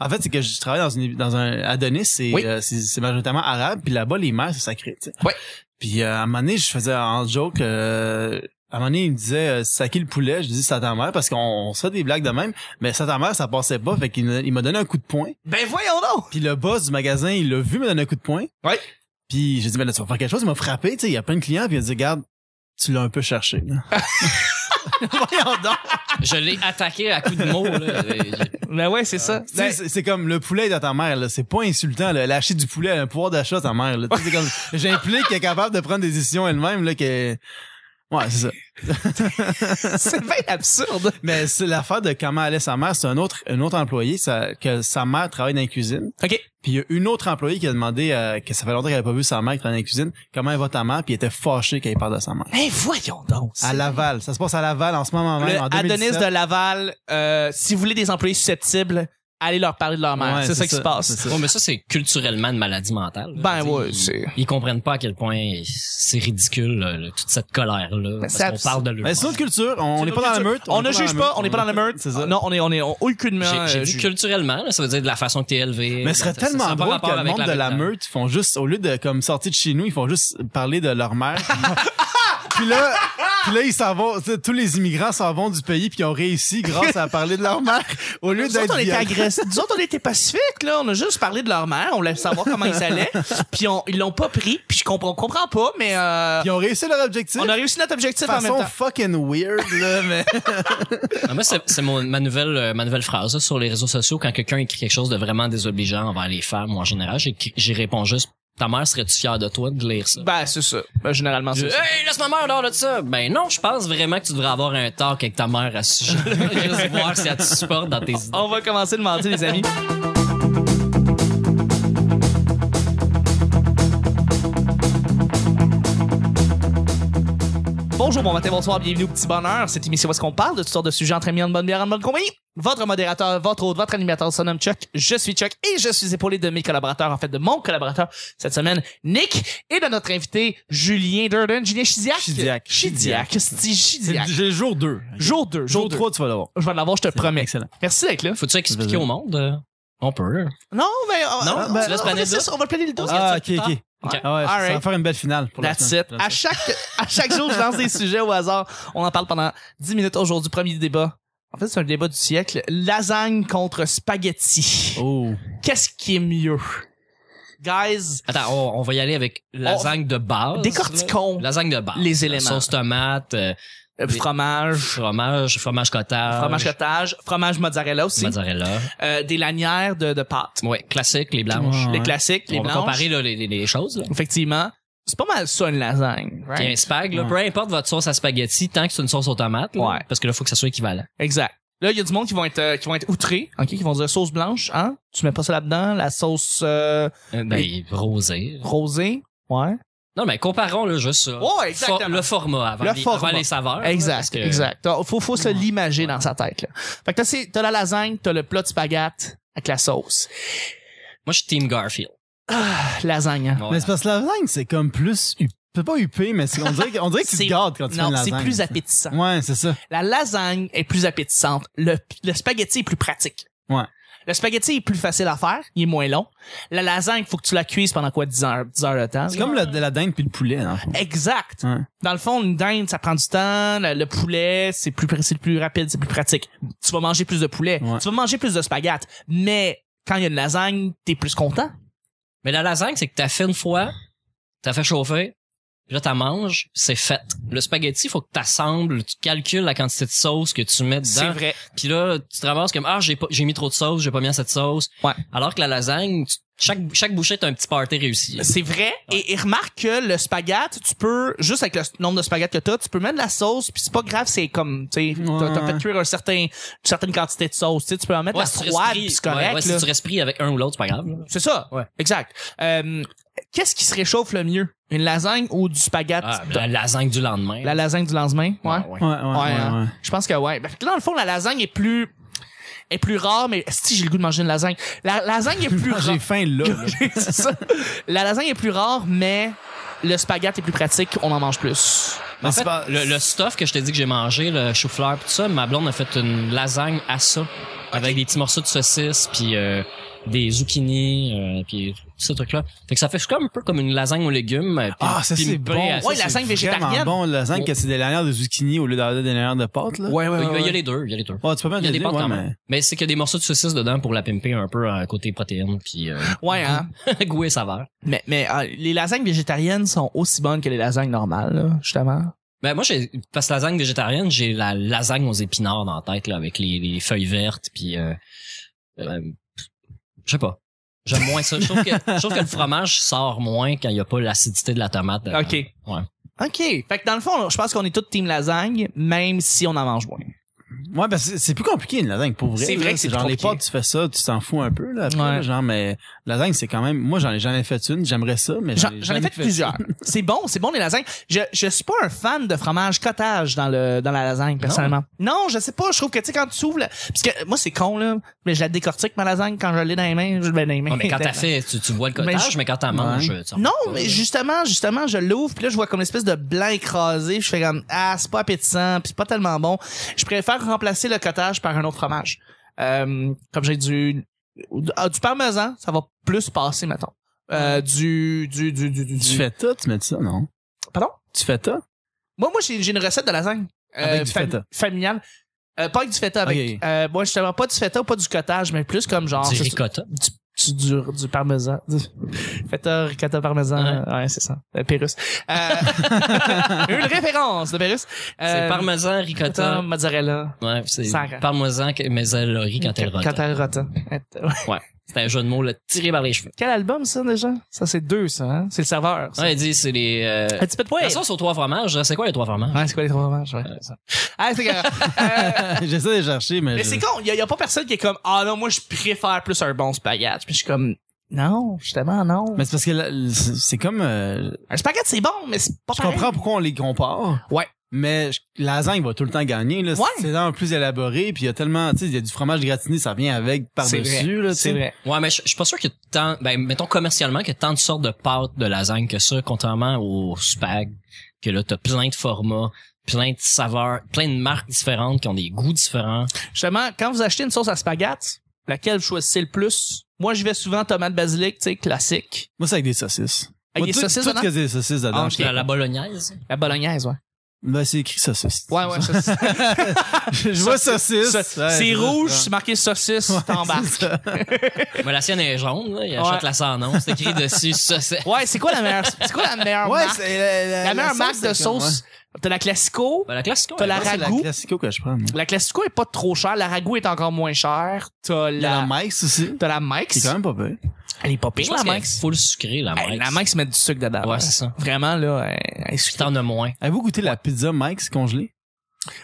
En fait, c'est que je travaille dans une dans un Adonis, c'est Oui. euh, c'est c'est majoritairement arabe, puis là-bas les mères c'est sacré, tu sais. Oui. Puis euh, à un moment donné, je faisais en joke euh, à un moment donné, il me disait euh, c'est à qui le poulet, je dis c'est à ta mère parce qu'on on se fait des blagues de même, mais c'est à ta mère ça passait pas, fait qu'il me- il m'a donné un coup de poing. Ben voyons donc! Puis le boss du magasin, il l'a vu me donner un coup de poing. Ouais. Puis j'ai dit mais là tu vas faire quelque chose, il m'a frappé, tu sais, il y a plein de clients, puis il a dit regarde, tu l'as un peu cherché. là. Voyons donc. Je l'ai attaqué à coups de mots. Là. Ben ouais, c'est ça. Tu sais, c'est- c'est comme le poulet est à ta mère, là. C'est pas insultant, là. Lâcher du poulet à un pouvoir d'achat à ta mère, là. Tu sais, c'est comme, j'implique qu'elle est capable de prendre des décisions elle-même, là, que... Ouais, c'est ça. c'est bien absurde. Mais c'est l'affaire de comment allait sa mère. C'est un autre, un autre employé, ça, que sa mère travaille dans la cuisine. OK. Puis il y a une autre employée qui a demandé, euh, que ça fait longtemps qu'elle avait pas vu sa mère qui travaille dans la cuisine, comment elle va ta mère, puis elle était fâchée qu'elle parle de sa mère. Ben voyons donc. À Laval. Ça se passe à Laval en ce moment même, Le en 2017. Adonis de Laval, euh, si vous voulez des employés susceptibles, allez leur parler de leur mère. Ouais, c'est ça, qui se c'est passe. ça. Ouais, mais ça, c'est culturellement une maladie mentale. là. Ben Je veux dire, ouais, ils- c'est- Ils comprennent pas à quel point c'est ridicule, là, là, toute cette colère-là. parce Ben, c'est qu'on abs- parle de leur Mais c'est une autre culture. On C'est n'est une pas autre dans la culture. meute. On ne est juge pas, on n'est pas dans la meute. C'est ça. Non, on est, on est on- aucunement. J'ai- J'ai euh, Ben, dit ju- culturellement, là, ça veut dire de la façon que t'es élevé. Mais ce serait Ça- ça- ça tellement n'a pas drôle rapport que le avec monde de la mentalité. meute, ils font juste, au lieu de comme sortir de chez nous, ils font juste parler de leur mère. puis là, puis là, ils s'en vont, tu sais, tous les immigrants s'en vont du pays puis ils ont réussi grâce à parler de leur mère au lieu Nous autres, d'être on était violents. agressifs. Nous autres, on était pacifiques, là. On a juste parlé de leur mère. On voulait savoir comment ils allaient. Puis on, ils l'ont pas pris. Puis je comprends, on comprend pas, mais euh, Ils ont réussi leur objectif. on De a réussi notre objectif en même façon temps. fucking weird là, mais Ah, moi, c'est c'est mon- ma nouvelle, euh, ma nouvelle phrase là, sur les réseaux sociaux. Quand quelqu'un écrit quelque chose de vraiment désobligeant envers les femmes ou en général, j'écris- j'y réponds juste Ta mère serais-tu fière de toi de lire ça? Ben, c'est ça. Ben, généralement, Je- c'est ça. hey, laisse ma mère dehors de ça! Ben non, je pense vraiment que tu devrais avoir un talk avec ta mère à ce sujet. Juste voir si elle te supporte dans tes idées. On va commencer de mentir, les amis. Bonjour, bon matin, bonsoir, bienvenue au Petit Bonheur. Cette émission où est-ce qu'on parle de toutes sortes de sujets entre amis, en bonne bière, en bonne compagnie. Votre modérateur, votre hôte, votre animateur se nomme Chuck. Je suis Chuck et je suis épaulé de mes collaborateurs, en fait de mon collaborateur cette semaine, Nick, et de notre invité, Julien Durden, Julien Chidiac. Chidiac. Chidiac. Sti- Chidiac. j'ai le jour 2. Jour 2. Jour Jour 2. 3, tu vas l'avoir. Je vais l'avoir, je te promets. excellent. Merci d'être là. Faut-tu expliquer au monde? euh, On peut. Non, mais on, Non, on- tu on- laisses on planer laisse le ça, on va le planer le dos. Ah, OK, OK. Ok. Ah ouais, Alright. ça va faire une belle finale pour la That's semaine. it. À chaque, à chaque jour, je lance des sujets au hasard. On en parle pendant 10 minutes aujourd'hui. Premier débat. En fait, c'est un débat du siècle. Lasagne contre spaghetti. Oh. Qu'est-ce qui est mieux? Guys, Attends, on, on va y aller avec lasagne de Oh, base. décortiquons là. Lasagne de base. les éléments. Sauce tomate, euh, euh, fromage, fromage, fromage cottage. fromage cottage, fromage mozzarella aussi, Mozzarella. euh, des lanières de, de pâtes. Ouais, classique, les blanches. Ouais. Les classiques, les on va blanches. comparer là, les, les- les choses. Là. Effectivement. C'est pas mal ça, une lasagne. Puis un right? spag, là, Ouais. peu importe votre sauce à spaghetti, tant que c'est une sauce aux tomates, là, Ouais. parce que là, faut que ça soit équivalent. Exact. Là, il y a du monde qui vont être euh, qui vont être outrés, OK, qui vont dire sauce blanche, hein? Tu mets pas ça là-dedans, la sauce euh, Euh, Ben, rosé. rosée. Ouais. Non, mais comparons là, juste ça. Ouais, exactement. For- le format avant, Le les, format. avant les saveurs. là, parce Exact, que- exact. T'as- Faut, faut se l'imager dans sa tête, là. Fait que t'as, ces- t'as la lasagne, t'as le plat de spaghette avec la sauce. Moi, je suis Team Garfield. Lasagne, hein? Ouais. Mais c'est parce que la lasagne, c'est comme plus. hup- C'est pas huppé, mais c'est- on dirait, que- on dirait que tu C'est- te gardes quand tu fais Non, une c'est lasagne. plus appétissant. Ouais, c'est ça. La lasagne est plus appétissante. Le, le spaghetti est plus pratique. Ouais. Le spaghetti est plus facile à faire, il est moins long. La lasagne, faut que tu la cuises pendant quoi 10 heures, 10 heures de temps. C'est comme le- la dinde puis le poulet, hein. en fait. Exact. Ouais. Dans le fond, une dinde, ça prend du temps. Le, le poulet, c'est plus, pr- c'est plus rapide, c'est plus pratique. Tu vas manger plus de poulet. Ouais. Tu vas manger plus de spaghettes. Mais quand il y a une lasagne, t'es plus content. Mais la lasagne, c'est que t'as fait une fois, t'as fait chauffer, puis là, t'as manges, c'est fait. Le spaghetti, faut que t'assembles, tu calcules la quantité de sauce que tu mets C'est dedans. vrai. Puis là, tu te ramasses comme, ah, j'ai pas- j'ai mis trop de sauce, j'ai pas mis cette sauce. Ouais. Alors que la lasagne, tu- chaque, chaque bouchée, t'as un petit party réussi. C'est vrai. Et, et remarque que le spaghetti, tu peux, juste avec le s- nombre de spaghettes que t'as, tu peux mettre de la sauce, puis c'est pas grave, c'est comme, tu sais, t'as- Ouais. t'as fait cuire un certain, une certaine quantité de sauce, tu sais, tu peux en mettre Ouais, la si tu froide, respires- puis c'est correct, ouais, ouais, si là. tu respires avec un ou l'autre, c'est pas grave. là. C'est ça. Ouais. Exact. Euh, qu'est-ce qui se réchauffe le mieux? Une lasagne ou du spaghetti? Ah, la lasagne du lendemain. Ah, La lasagne du lendemain? Ouais. Ouais, Ouais, ouais. ouais, ouais. Ouais, ouais, hein. Je pense que ouais. Ben, Là, dans le fond, la lasagne est plus est plus rare, mais si j'ai le goût de manger une lasagne, la lasagne est plus Ah, rare. J'ai faim là. là. C'est ça. La lasagne est plus rare, mais le spaghetti est plus pratique, on en mange plus. En Mais fait, c'est pas- le, le stuff que je t'ai dit que j'ai mangé, le chou-fleur, pis tout ça, ma blonde a fait une lasagne à ça, avec des petits morceaux de saucisse, puis euh, des zucchini, euh, puis tout ce truc-là. Fait que ça fait comme un peu comme une lasagne aux légumes. euh, puis- Ah, ça, puis c'est une bon. pain à- ça, Ouais, la c'est lasagne vraiment végétarienne. bon, la lasagne, Ouais. que c'est des lanières de zucchini au lieu d'avoir des lanières de pâte, là. Ouais, ouais, Il y a- il ouais. y a ouais. les deux, il y a les deux. Ah, tu peux pas Il y a des dire, pâtes ouais, quand mais- même. Mais c'est qu'il y a des morceaux de saucisse dedans pour la pimper un peu à côté protéines, puis euh, Ouais, hein. goût et saveur. Mais, mais ah, les lasagnes végétariennes sont aussi bonnes que les lasagnes normales, là, justement. Ben moi, j'ai parce que lasagne végétarienne, j'ai la lasagne aux épinards dans la tête là, avec les, les feuilles vertes, puis euh, euh, je sais pas. J'aime moins ça. Je trouve, que, je trouve que le fromage sort moins quand il n'y a pas l'acidité de la tomate. dedans. OK. Ouais. OK. Fait que dans le fond, je pense qu'on est tous team lasagne, même si on en mange moins. Ouais, parce que c'est plus compliqué une lasagne pour vrai. C'est vrai là. que c'est genre plus les compliqué. pâtes, tu fais ça, tu t'en fous un peu là, après, Ouais. là, genre mais la lasagne c'est quand même moi j'en ai jamais fait une, j'aimerais ça mais J'en j'en ai j'en ai jamais fait plusieurs. C'est bon, c'est bon les lasagnes. Je je suis pas un fan de fromage cottage dans le dans la lasagne personnellement. Non, je sais pas, je trouve que tu sais quand tu ouvres le- parce que moi c'est con là, mais je la décortique ma lasagne quand je l'ai dans les mains, je l'ai dans les mains. Ouais, mais quand t'as fait, euh, tu, tu vois le Mais cottage, mais, je- quand t'en manges, tu en Non, manges pas. mais justement, justement, je l'ouvre, puis là, je vois comme une espèce de blanc écrasé. puis Je fais comme, ah, c'est pas appétissant, puis c'est pas tellement bon. Je préfère remplacer le cottage par un autre fromage. Euh, comme j'ai du, ah, du parmesan, ça va plus passer, mettons. Euh, du, du, du, du, du, Tu fais tout, tu mets ça non Pardon? Tu fais ça Moi, moi, j'ai j'ai une recette de lasagne. euh, Avec du fam- feta. Familiale. Euh, pas avec du feta. Avec, Ok. euh, moi, justement, pas du feta ou pas du cottage, mais plus comme genre... du c'est- ricotta. du, du, du- du parmesan. Du- Feta, ricotta, parmesan. Ouais, c'est ça. Euh, Pérus. Euh, une référence de Pérus. C'est Euh, parmesan, ricotta. feta, mozzarella. Ouais, c'est Ça rend. parmesan, mésalori quand elle rote. Quand elle rote. Euh, C'est un jeu de mots là, tiré par les cheveux. Quel album, ça, déjà? Ça, c'est deux, ça. Hein? C'est le serveur. ça. Ouais, il dit, c'est les... Euh... Un petit peu de poids. La sauce aux trois fromages, c'est quoi les trois fromages? Ouais, c'est quoi les trois fromages? Ouais, c'est ça. Ah, c'est grave. Euh, J'essaie de chercher mais, Mais je- c'est con, il y, a- y a pas personne qui est comme ah non, moi je préfère plus un bon spaghetti. Puis je suis comme non, justement non. mais c'est parce que la- c'est c'est comme euh, Un spaghetti c'est bon, mais c'est pas je pareil. comprends pourquoi on les compare. Ouais. Mais je- la lasagne va tout le temps gagner là, Ouais. c'est dans plus élaboré puis il y a tellement tu sais il y a du fromage gratiné, ça vient avec C'est par-dessus là, tu sais. C'est vrai. Ouais, mais je je suis pas sûr que tant, ben, mettons commercialement, que tant de sortes de pâtes de lasagne que ça, contrairement au spag, que là, t'as plein de formats, plein de saveurs, plein de marques différentes qui ont des goûts différents. Justement, quand vous achetez une sauce à spaghetti, laquelle vous choisissez le plus Moi, je vais souvent tomate basilic, tu sais classique. Moi c'est avec des saucisses. Avec Moi, des tout- saucisses tout dedans? que des saucisses dedans. Ah, Donc, la, la bolognaise. La bolognaise, ouais. Ben c'est écrit saucisses. Ouais ouais, ça, c'est- je vois saucisse. ça- Ouais, c'est je vois rouge, ça. c'est marqué saucisse, C'est t'embarques. ça. mais la sienne est jaune, là. Il Ouais. achète la sans nom. C'est écrit dessus, ça, c'est... Ouais, c'est quoi la meilleure C'est quoi la meilleure Ouais, marque c'est la, la- La, la meilleure sauce, marque de c'est comme- sauce, t'as la classico. Ben, la classique. T'as la Ouais, c'est ragoût. la classico que je prends. moi. La classico est pas trop chère, la ragoût est encore moins chère. T'as Il y a la la Mike's aussi. T'as la C'est Mike's. quand même pas peu. Elle est pas pire, la Mike's. Full sucré, la Hey, Mike's. la Mike's met du sucre dedans. Ouais, c'est ça. Vraiment, là, elle- elle est sucrée. T'en as moins. Avez-vous goûté la pizza Mike's congelée?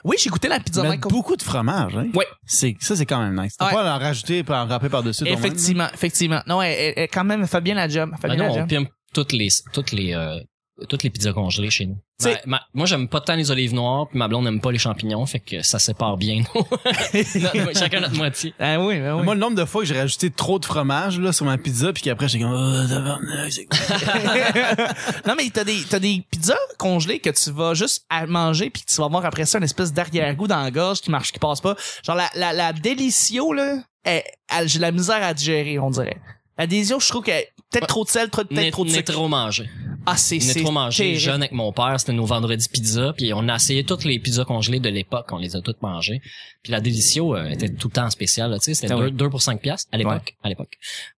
Oui, j'ai goûté la pizza Mettre Mike's. beaucoup de fromage, hein? Ouais. C'est, ça, c'est quand même nice. T'as Ouais. pas à en rajouter et en râper par-dessus toi-même, Effectivement, effectivement. Non, elle, elle- elle- quand même, elle fait bien la job. Elle fait Ben bien nous, la on job. pimpe toutes les, toutes les, euh, toutes les pizzas congelées chez nous. Tu sais- Ma- ma- moi, j'aime pas tant les olives noires, puis ma blonde n'aime pas les champignons, fait que ça sépare bien. nos- notre- chacun notre moitié. Ah oui, ben là. oui. Moi, le nombre de fois que j'ai rajouté trop de fromage, là, sur ma pizza, puis qu'après, j'ai comme, oh, tabarnak, c'est- non, mais t'as des, t'as des pizzas congelées que tu vas juste à manger puis que tu vas avoir après ça une espèce d'arrière-goût dans la gorge qui marche, qui passe pas. Genre, la, la, la délicieux, là, elle- elle- j'ai de la misère à digérer, on dirait. La délicieux, je trouve qu'elle, peut-être trop de sel, trop- N'est peut-être Bah, trop de n'est sucre. trop mangé. Ah, c'est, On c'est est trop mangé. terrible. Jeune avec mon père, c'était nos vendredis pizza, puis on a essayé toutes les pizzas congelées de l'époque, on les a toutes mangées. Puis la Delicio euh, était tout le temps spéciale, là, tu sais, c'était Ah 2 oui. pour 5 piastres à l'époque, à l'époque.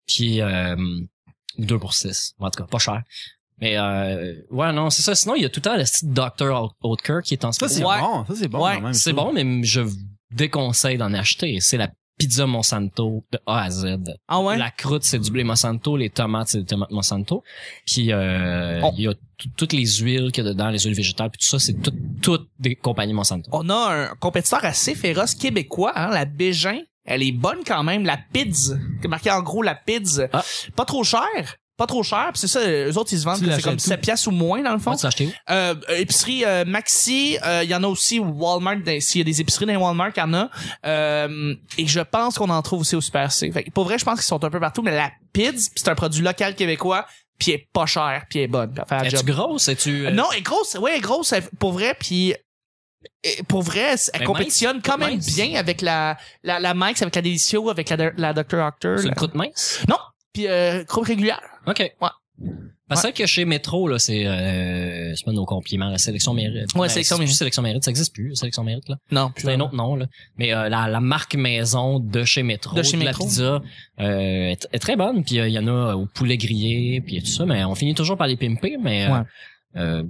Puis euh, 2 pour 6, en tout cas, pas cher. Mais euh, ouais, non, c'est ça. Sinon, il y a tout le temps le style Dr. Oatker qui est en Ça, c'est Ouais. bon. Ça, c'est bon, Ouais, quand même. C'est je trouve. bon, mais je vous déconseille d'en acheter. C'est la pizza Monsanto de A à Z. Ah ouais? La croûte, c'est du blé Monsanto. Les tomates, c'est des tomates Monsanto. Puis euh, Oh. il y a tout- toutes les huiles qu'il y a dedans, les huiles végétales, puis tout ça, c'est tout- toutes des compagnies Monsanto. On a un compétiteur assez féroce québécois, hein, la Bégin. Elle est bonne quand même, la Pidz. qui est Marqué en gros la Pidz. Ah. Pas trop cher. Pas trop cher, puis c'est ça, eux autres, ils se vendent, Tu que c'est l'achètes comme où? 7 piastres ou moins, dans le fond. Ouais, tu l'as acheté où? Euh, euh, épicerie euh, Maxi, euh, il y en a aussi au Walmart, dans- s'il y a des épiceries dans les Walmart, il y en a. Euh, et je pense qu'on en trouve aussi au Super C. Fait que pour vrai, je pense qu'ils sont un peu partout, mais la Pidz, c'est un produit local québécois, puis elle est pas chère, puis elle est bonne. Puis elle fait la Es-tu job. grosse? Es-tu. euh, Non, elle est grosse, ouais, elle est grosse, elle- pour vrai, puis et pour vrai, elle Mais compétitionne mince, quand même mince. bien avec la, la, la Minx, avec la Delicio, avec la, la Dr. Octor. C'est la- une croûte mince? Non, puis euh, groupe régulière. OK. Ouais. Parce que chez Métro, là, c'est, euh, je mets nos compliments, la sélection mérite. Ben, Ouais, sélection c'est mérite. plus sélection mérite, ça existe plus, sélection mérite, là. Non, C'est un autre nom, là. Mais, euh, la, la marque maison de chez Métro, De chez la Métro. pizza, euh, est, est très bonne. Puis, euh, il y en a au poulet grillé, puis tout ça. Mais on finit toujours par les pimper, mais, euh, Ouais. euh,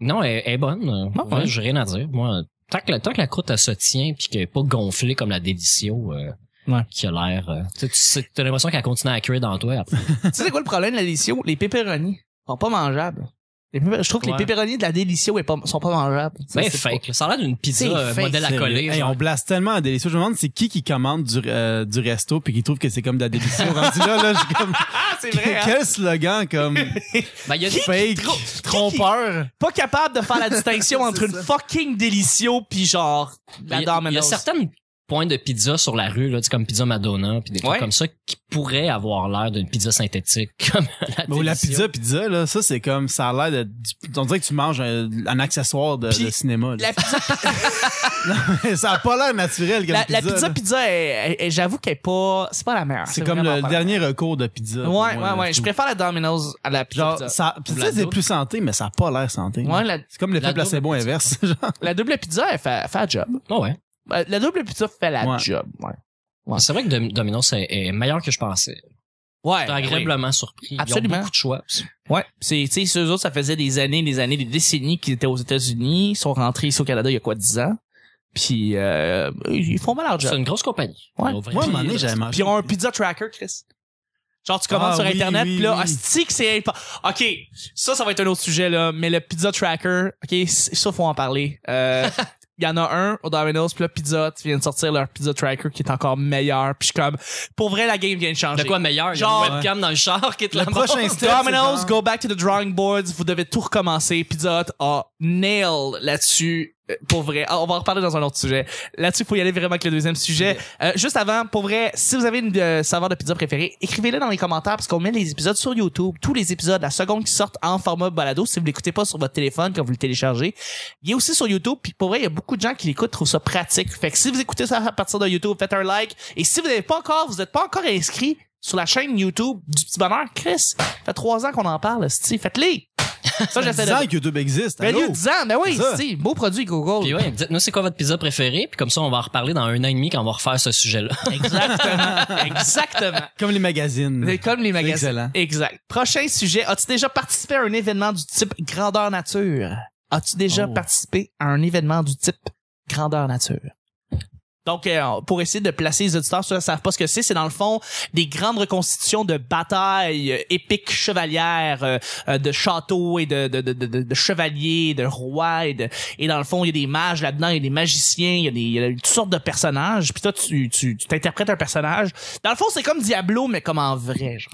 non, elle, elle est bonne. Ah, Ouais, ouais. j'ai rien à dire. Moi, tant que, la- tant que la croûte, elle se tient, puis qu'elle est pas gonflée comme la délicio, euh, Ouais. qui a l'air, euh, tu sais, tu sais, t'as l'impression qu'elle continue à cuire dans toi. après. tu sais c'est quoi le problème de la Delicio? Les pépéronis sont pas mangeables. Les pépé- je trouve que Ouais. les pépéronis de la Delicio est pas- sont pas mangeables. Ça, Ben, c'est fake. là. Ça a l'air d'une pizza C'est euh, fake, modèle à C'est- coller. Hey, genre. on blast tellement à délicieux. Je me demande c'est qui qui commande du, euh, du resto puis qui trouve que c'est comme de la délicieux. Rendu là, là, je suis comme, pas- Ah, c'est vrai. hein? quel slogan comme Ben, il y a des- fake, Trop- trompeur. Pas capable de faire la distinction entre une fucking Delicio puis genre la il y a- Domino's. il y a certaines points de pizza sur la rue, là, tu sais, comme pizza Madonna, puis des trucs Ouais. comme ça, qui pourraient avoir l'air d'une pizza synthétique. Comme la Mais la Delicio. pizza, pizza, là, ça, c'est comme, ça a l'air de, on dirait que tu manges un, un accessoire de, Puis, de cinéma, là. La pizza ça a pas l'air naturel comme la, pizza. la pizza, là. pizza, est- est- est- j'avoue qu'elle est pas, c'est pas la meilleure. c'est comme vraiment le pas la dernier recours de pizza. meilleure. pour Ouais, moi, ouais, là, ouais. Je tout. préfère la Domino's à la pizza. Genre, pizza. ça, Ou pizza, la c'est double. plus santé, mais ça a pas l'air santé. Ouais, la, C'est comme l'effet La double placebo pizza. inverse, genre. la double pizza, elle fait, elle fait la job. Ah ouais. Ben, La double pizza fait la Ouais. job. Ouais. Ouais. C'est vrai que Dom- Domino's est, est meilleur que je pensais. Ouais. J'étais agréablement surpris. Ils Absolument. ont beaucoup de choix. Ouais, c'est tu sais ceux autres ça faisait des années, des années, des décennies qu'ils étaient aux États-Unis, ils sont rentrés ici au Canada il y a quoi 10 ans. Puis euh, ils font mal leur C'est job. une grosse compagnie. Ouais. Ils ont vraiment- Moi, à un moment donné, j'avais mangé. Puis ils ont un pizza tracker, Chris. Genre tu commandes Ah, sur oui, internet, oui, puis là oui. hostie que c'est impa- OK, ça ça va être un autre sujet là, mais le pizza tracker, OK, c- ça faut en parler. Euh Il y en a un au Domino's, puis là, Pizza, tu viens de sortir leur Pizza Tracker qui est encore meilleur. Puis je suis comme, pour vrai, la game vient de changer. De quoi meilleur? Genre- Genre, une webcam dans le char qui te Le la montre. prochain step, Domino's, c'est go back to the drawing boards. Vous devez tout recommencer. Pizza Hut a nail là-dessus. euh, Pour vrai. Ah, on va en reparler dans un autre sujet. Là-dessus, faut y aller vraiment avec le deuxième sujet. Euh, juste avant, pour vrai, si vous avez une euh, saveur de pizza préférée, écrivez-le dans les commentaires parce qu'on met les épisodes sur YouTube. Tous les épisodes, la seconde qui sortent en format balado, si vous l'écoutez pas sur votre téléphone quand vous le téléchargez. Il est aussi sur YouTube. Puis pour vrai, il y a beaucoup de gens qui l'écoutent, trouvent ça pratique. Fait que si vous écoutez ça à partir de YouTube, faites un like. Et si vous n'avez pas encore, vous n'êtes pas encore inscrit, sur la chaîne YouTube du Petit Bonheur. Chris, ça fait trois ans qu'on en parle, Steve. Faites-les! Ça, j'essaie Dix ans de... que YouTube existe. Mais il y a allô? 10 ans, ben oui, C'est ça. Steve, beau produit Google. Puis ouais, dites-nous c'est quoi votre pizza préférée, puis comme ça on va en reparler dans un an et demi quand on va refaire ce sujet-là. Exactement. Exactement. Comme les magazines. C'est comme les magasins. Hmm. excellent. Exact. Prochain sujet. As-tu déjà participé à un événement du type grandeur nature? As-tu déjà Oh. participé à un événement du type grandeur nature? Donc, euh, pour essayer de placer les auditeurs, ceux qui ne savent pas ce que c'est, c'est dans le fond des grandes reconstitutions de batailles euh, épiques chevalières, euh, euh, de châteaux et de, de, de, de, de- de chevaliers, de rois. Et, de, et dans le fond, il y a des mages là-dedans, il y a des magiciens, il y a, des, il y a toutes sortes de personnages. Puis toi, tu tu- tu t'interprètes un personnage. Dans le fond, c'est comme Diablo, mais comme en vrai. genre.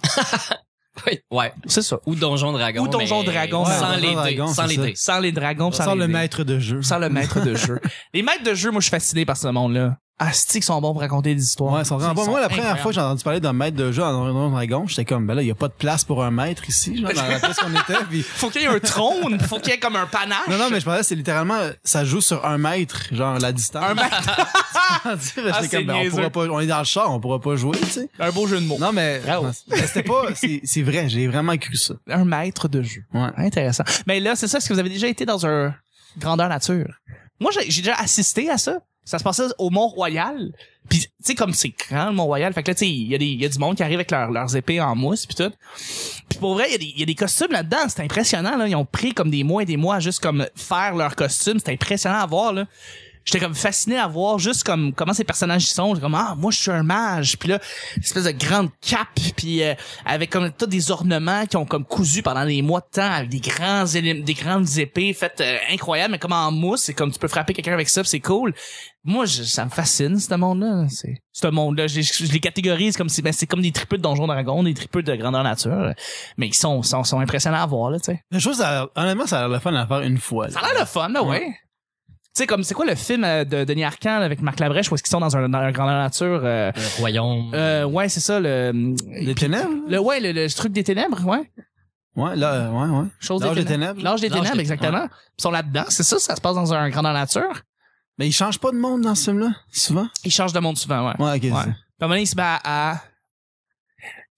Ouais. ouais. C'est ça. Ou Donjon Dragon. Ou Donjon mais Dragon, Sans ouais. les Donjon dés. Dragon, Sans c'est les ça. dés. Sans les dragons, sans, Sans les le dés. maître de jeu. Sans le maître de jeu. Les maîtres de jeu, moi, je suis fasciné par ce monde-là. Asti qu'ils sont bons pour raconter des histoires. Ouais, ils sont vraiment bons. Ils Moi, la sont première fois que j'ai entendu parler d'un maître de jeu en Donjon Dragon, j'étais comme, ben là, il n'y a pas de place pour un maître ici, genre, dans la place qu'on était. puis- Faut qu'il y ait un trône, faut qu'il y ait comme un panache. Non, non, mais je pensais, c'est littéralement, euh, ça joue sur un mètre, genre, la distance. Un maître. j'étais Ah, c'est comme, ben, on, niaiseux. pourra pas, on est dans le char, on pourra pas jouer, tu sais. Un beau jeu de mots. Non, mais, Bravo. mais c'était pas, c'est c'est vrai, j'ai vraiment cru ça. Un maître de jeu. Ouais. Intéressant. Mais là, c'est ça, est-ce que vous avez déjà été dans un grandeur nature? Moi, j'ai j'ai déjà assisté à ça. Ça se passait au Mont-Royal. Puis, tu sais, comme c'est grand, le Mont-Royal. Fait que là, tu sais, il y, a des- il y a du monde qui arrive avec leur- leurs épées en mousse, puis tout. Puis pour vrai, il y a des- il y, a des costumes là-dedans. C'est impressionnant, là. Ils ont pris comme des mois et des mois à juste comme faire leurs costumes. C'est impressionnant à voir, là. J'étais comme fasciné à voir juste comme comment ces personnages y sont. J'étais comme ah moi je suis un mage puis là espèce de grande cape puis euh, avec comme tous des ornements qui ont comme cousu pendant des mois de temps avec des grands élé- des grandes épées faites euh, incroyables mais comme en mousse c'est comme tu peux frapper quelqu'un avec ça puis c'est cool. Moi je- ça me fascine ce monde là c'est ce monde là je, je- je les catégorise comme si ben, c'est comme des tripeux de donjon dragon des tripeux de grandeur nature mais ils sont sont, sont impressionnants à voir là tu sais. La chose, ça a- honnêtement, ça a l'air le fun à faire une fois. là. Ça a l'air le fun, là, ouais. Ouais. Tu sais, comme, c'est quoi le film euh, de Denis Arcand là, avec Marc Labrèche où est-ce qu'ils sont dans un, dans un grand nature? euh, Le royaume. euh, ouais, c'est ça, le, Les ténèbres? le, ouais, le, le truc des ténèbres, ouais. Ouais, là, euh, ouais, ouais. Chose L'âge des ténèbres. L'âge des L'âge ténèbres, des- exactement. Ils sont là-dedans. C'est ça, ça se passe dans un grand dans la nature. Mais il change pas de monde dans ce film-là, souvent. Ils changent de monde souvent, ouais. Ouais, ok. c'est- Ouais. Puis à un moment donné, il se met à, à-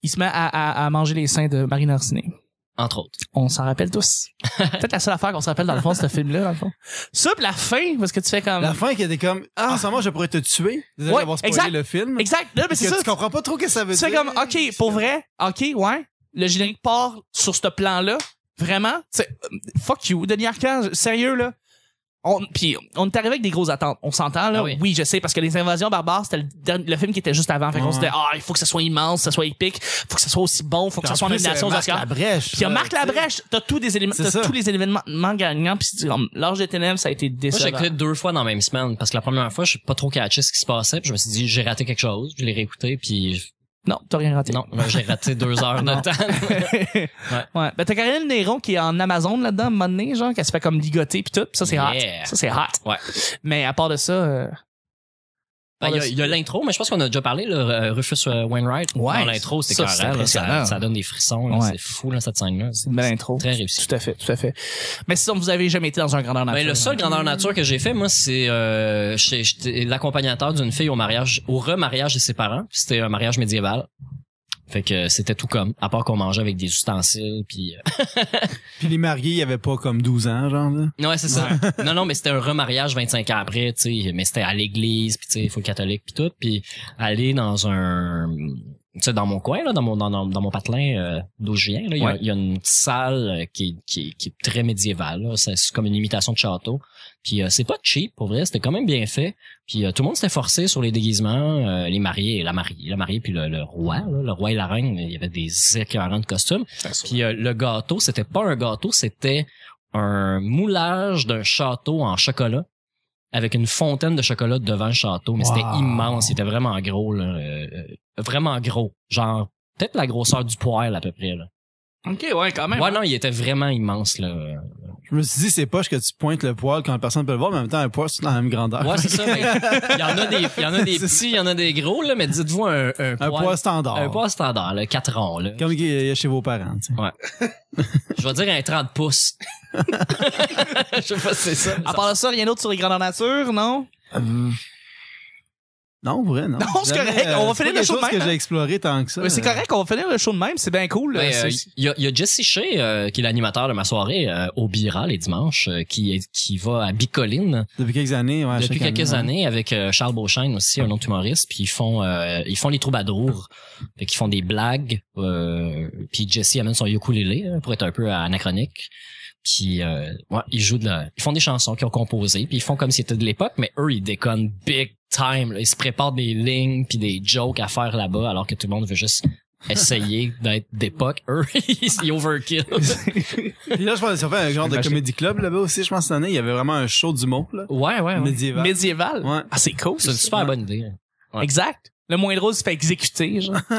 il se met à, à- à manger les seins de Marine Orsini. Entre autres. On s'en rappelle tous. Peut-être la seule affaire qu'on se rappelle dans le fond, de ce film-là, dans le fond. Ça, puis la fin, parce que tu fais comme... La fin qui était comme, Ah. ah, en ce moment, je pourrais te tuer. Désolé Ouais, d'avoir spoilé exact. le film. Exact. Là, mais Parce c'est que ça. tu comprends pas trop ce que ça veut Tu dire. fais comme, OK, pour vrai, OK, ouais, le générique part sur ce plan-là. Vraiment, c'est euh, fuck you. Denis Arcand, sérieux, là. On, puis on est arrivé avec des grosses attentes. On s'entend, là. Ah oui. oui. je sais, parce que Les Invasions Barbares, c'était le, dernier- le film qui était juste avant. Fait qu'on Ouais. se disait, ah, il faut que ça soit immense, ça soit épique, faut que ça soit aussi bon, faut que Puis ça en soit en plus, nomination euh, aux Marc Oscars. Labrèche. Puis il y a là, Marc tu sais. Labrèche, t'as tous des éléments, C'est t'as ça. tous les éléments gagnants, puis c'est comme l'âge des ténèbres, ça a été Moi, j'ai décevant. écouté deux fois dans la même semaine parce que la première fois, je n'ai pas trop catché ce qui se passait. Puis je me suis dit, j'ai raté quelque chose. Je l'ai réécouté. Puis Non, t'as rien raté. non, ben, j'ai raté deux heures Non. de temps. ouais. Ben, t'as Caroline Néron qui est en Amazon là-dedans, à un moment donné, genre, qu'elle se fait comme ligoter pis tout. pis ça, c'est Yeah. hot. Ça, c'est hot. Ouais. Mais à part de ça, euh, Ben, Il y a- il y a, l'intro, mais je pense qu'on a déjà parlé, le euh, Rufus euh, Wainwright. Ouais, Dans l'intro, c'est ça, carré. c'est là, impressionnant. Ça, ça donne des frissons. là, Ouais. Mm. C'est fou, là, cette scène-là. C'est c'est une belle intro. très réussi. Tout à fait, tout à fait. Mais sinon, vous avez jamais été dans un grandeur nature. Ben, le seul grandeur nature que j'ai fait, moi, c'est euh, j'étais- j'étais l'accompagnateur d'une fille au mariage, au remariage de ses parents. Puis C'était un mariage médiéval. Fait que c'était tout comme, à part qu'on mangeait avec des ustensiles. Puis euh, Puis les mariés, il y avait pas comme 12 ans, genre. là. ouais, c'est ça. non, non, mais c'était un remariage 25 ans après, tu sais. Mais c'était à l'église, puis tu sais, faut catholique, puis tout. Puis aller dans un, tu sais, dans mon coin, là, dans mon dans, dans- dans mon patelin euh, d'où je viens, là, il y a- Ouais. il y, a une petite salle euh, qui, qui, qui est très médiévale. là. C'est c'est comme une imitation de château. Puis euh, c'est pas cheap, pour vrai. C'était quand même bien fait. Puis euh, tout le monde s'était forcé sur les déguisements, euh, les mariés, et la mariée, la mariée, puis le, le roi, là, le roi et la reine. Il y avait des écœurants de costumes. Puis euh, le gâteau, c'était pas un gâteau, c'était un moulage d'un château en chocolat avec une fontaine de chocolat devant le château. Mais Wow. c'était immense, c'était vraiment gros, là, euh, euh, vraiment gros. Genre peut-être la grosseur du poêle à peu près. Là. Ok, ouais, quand même. Ouais, non, il était vraiment immense là. Je me suis dit, c'est poche que tu pointes le poil quand personne peut le voir, mais en même temps, un poil, c'est dans la même grandeur. Ouais, c'est ça. mais Il y en a des, il y en a des Ah. C'est ça. petits, il y en a des gros là, mais dites-vous un, un, Un poêle- poil standard. un poêle standard, là, 4 ronds là. Comme il y a chez vos parents, tu sais. Je vais dire un 30 pouces. Je sais pas si c'est ça. À part de ça, rien d'autre sur les grandeurs nature, non? Euh, Non, vrai, non. Non, c'est Jamais, euh, correct. On va c'est pas finir le quelque show de chose même, que hein. j'ai exploré tant que ça. Mais c'est Euh, correct, on va finir le show de même, c'est bien cool. Ben, C'est- euh, Il y, a- il y a Jesse Shea, euh, qui est l'animateur de ma soirée euh, au Bira les dimanches, euh, qui, est- qui va à Bicoline Depuis quelques années, ouais. depuis chaque quelques année, années avec euh, Charles Beauchesne aussi, un autre humoriste, puis ils font euh, ils font les troubadours, fait qu'ils font des blagues, euh, puis Jesse amène son ukulélé hein, pour être un peu anachronique. Puis euh, ouais, ils jouent de la- ils font des chansons qu'ils ont composées, puis ils font comme si c'était de l'époque, mais eux ils déconnent big time, là. ils se préparent des lignes puis des jokes à faire là-bas alors que tout le monde veut juste essayer d'être d'époque, eux ils ils overkill. Puis là, je pense qu'ils ont fait un genre de Imagine. comédie club là-bas aussi, je pense, cette année. Il y avait vraiment un show du mot, là. Ouais ouais ouais. Médiéval. Médiéval. Ouais. Ah, c'est cool. C'est une super bonne idée. Ouais. Exact. Le moindre rose se fait exécuter, genre.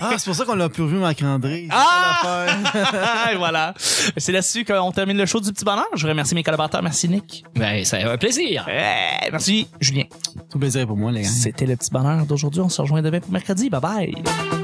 Ah, c'est pour ça qu'on l'a plus vu, Marc-André. C'est Ah! ça l'affaire. Et voilà. C'est là-dessus qu'on termine le show du petit bonheur. Je remercie mes collaborateurs. Merci Nick. Ben c'est un plaisir. Eh, merci Julien. Tout plaisir pour moi, les gars. C'était le petit bonheur d'aujourd'hui. On se rejoint demain pour mercredi. Bye bye.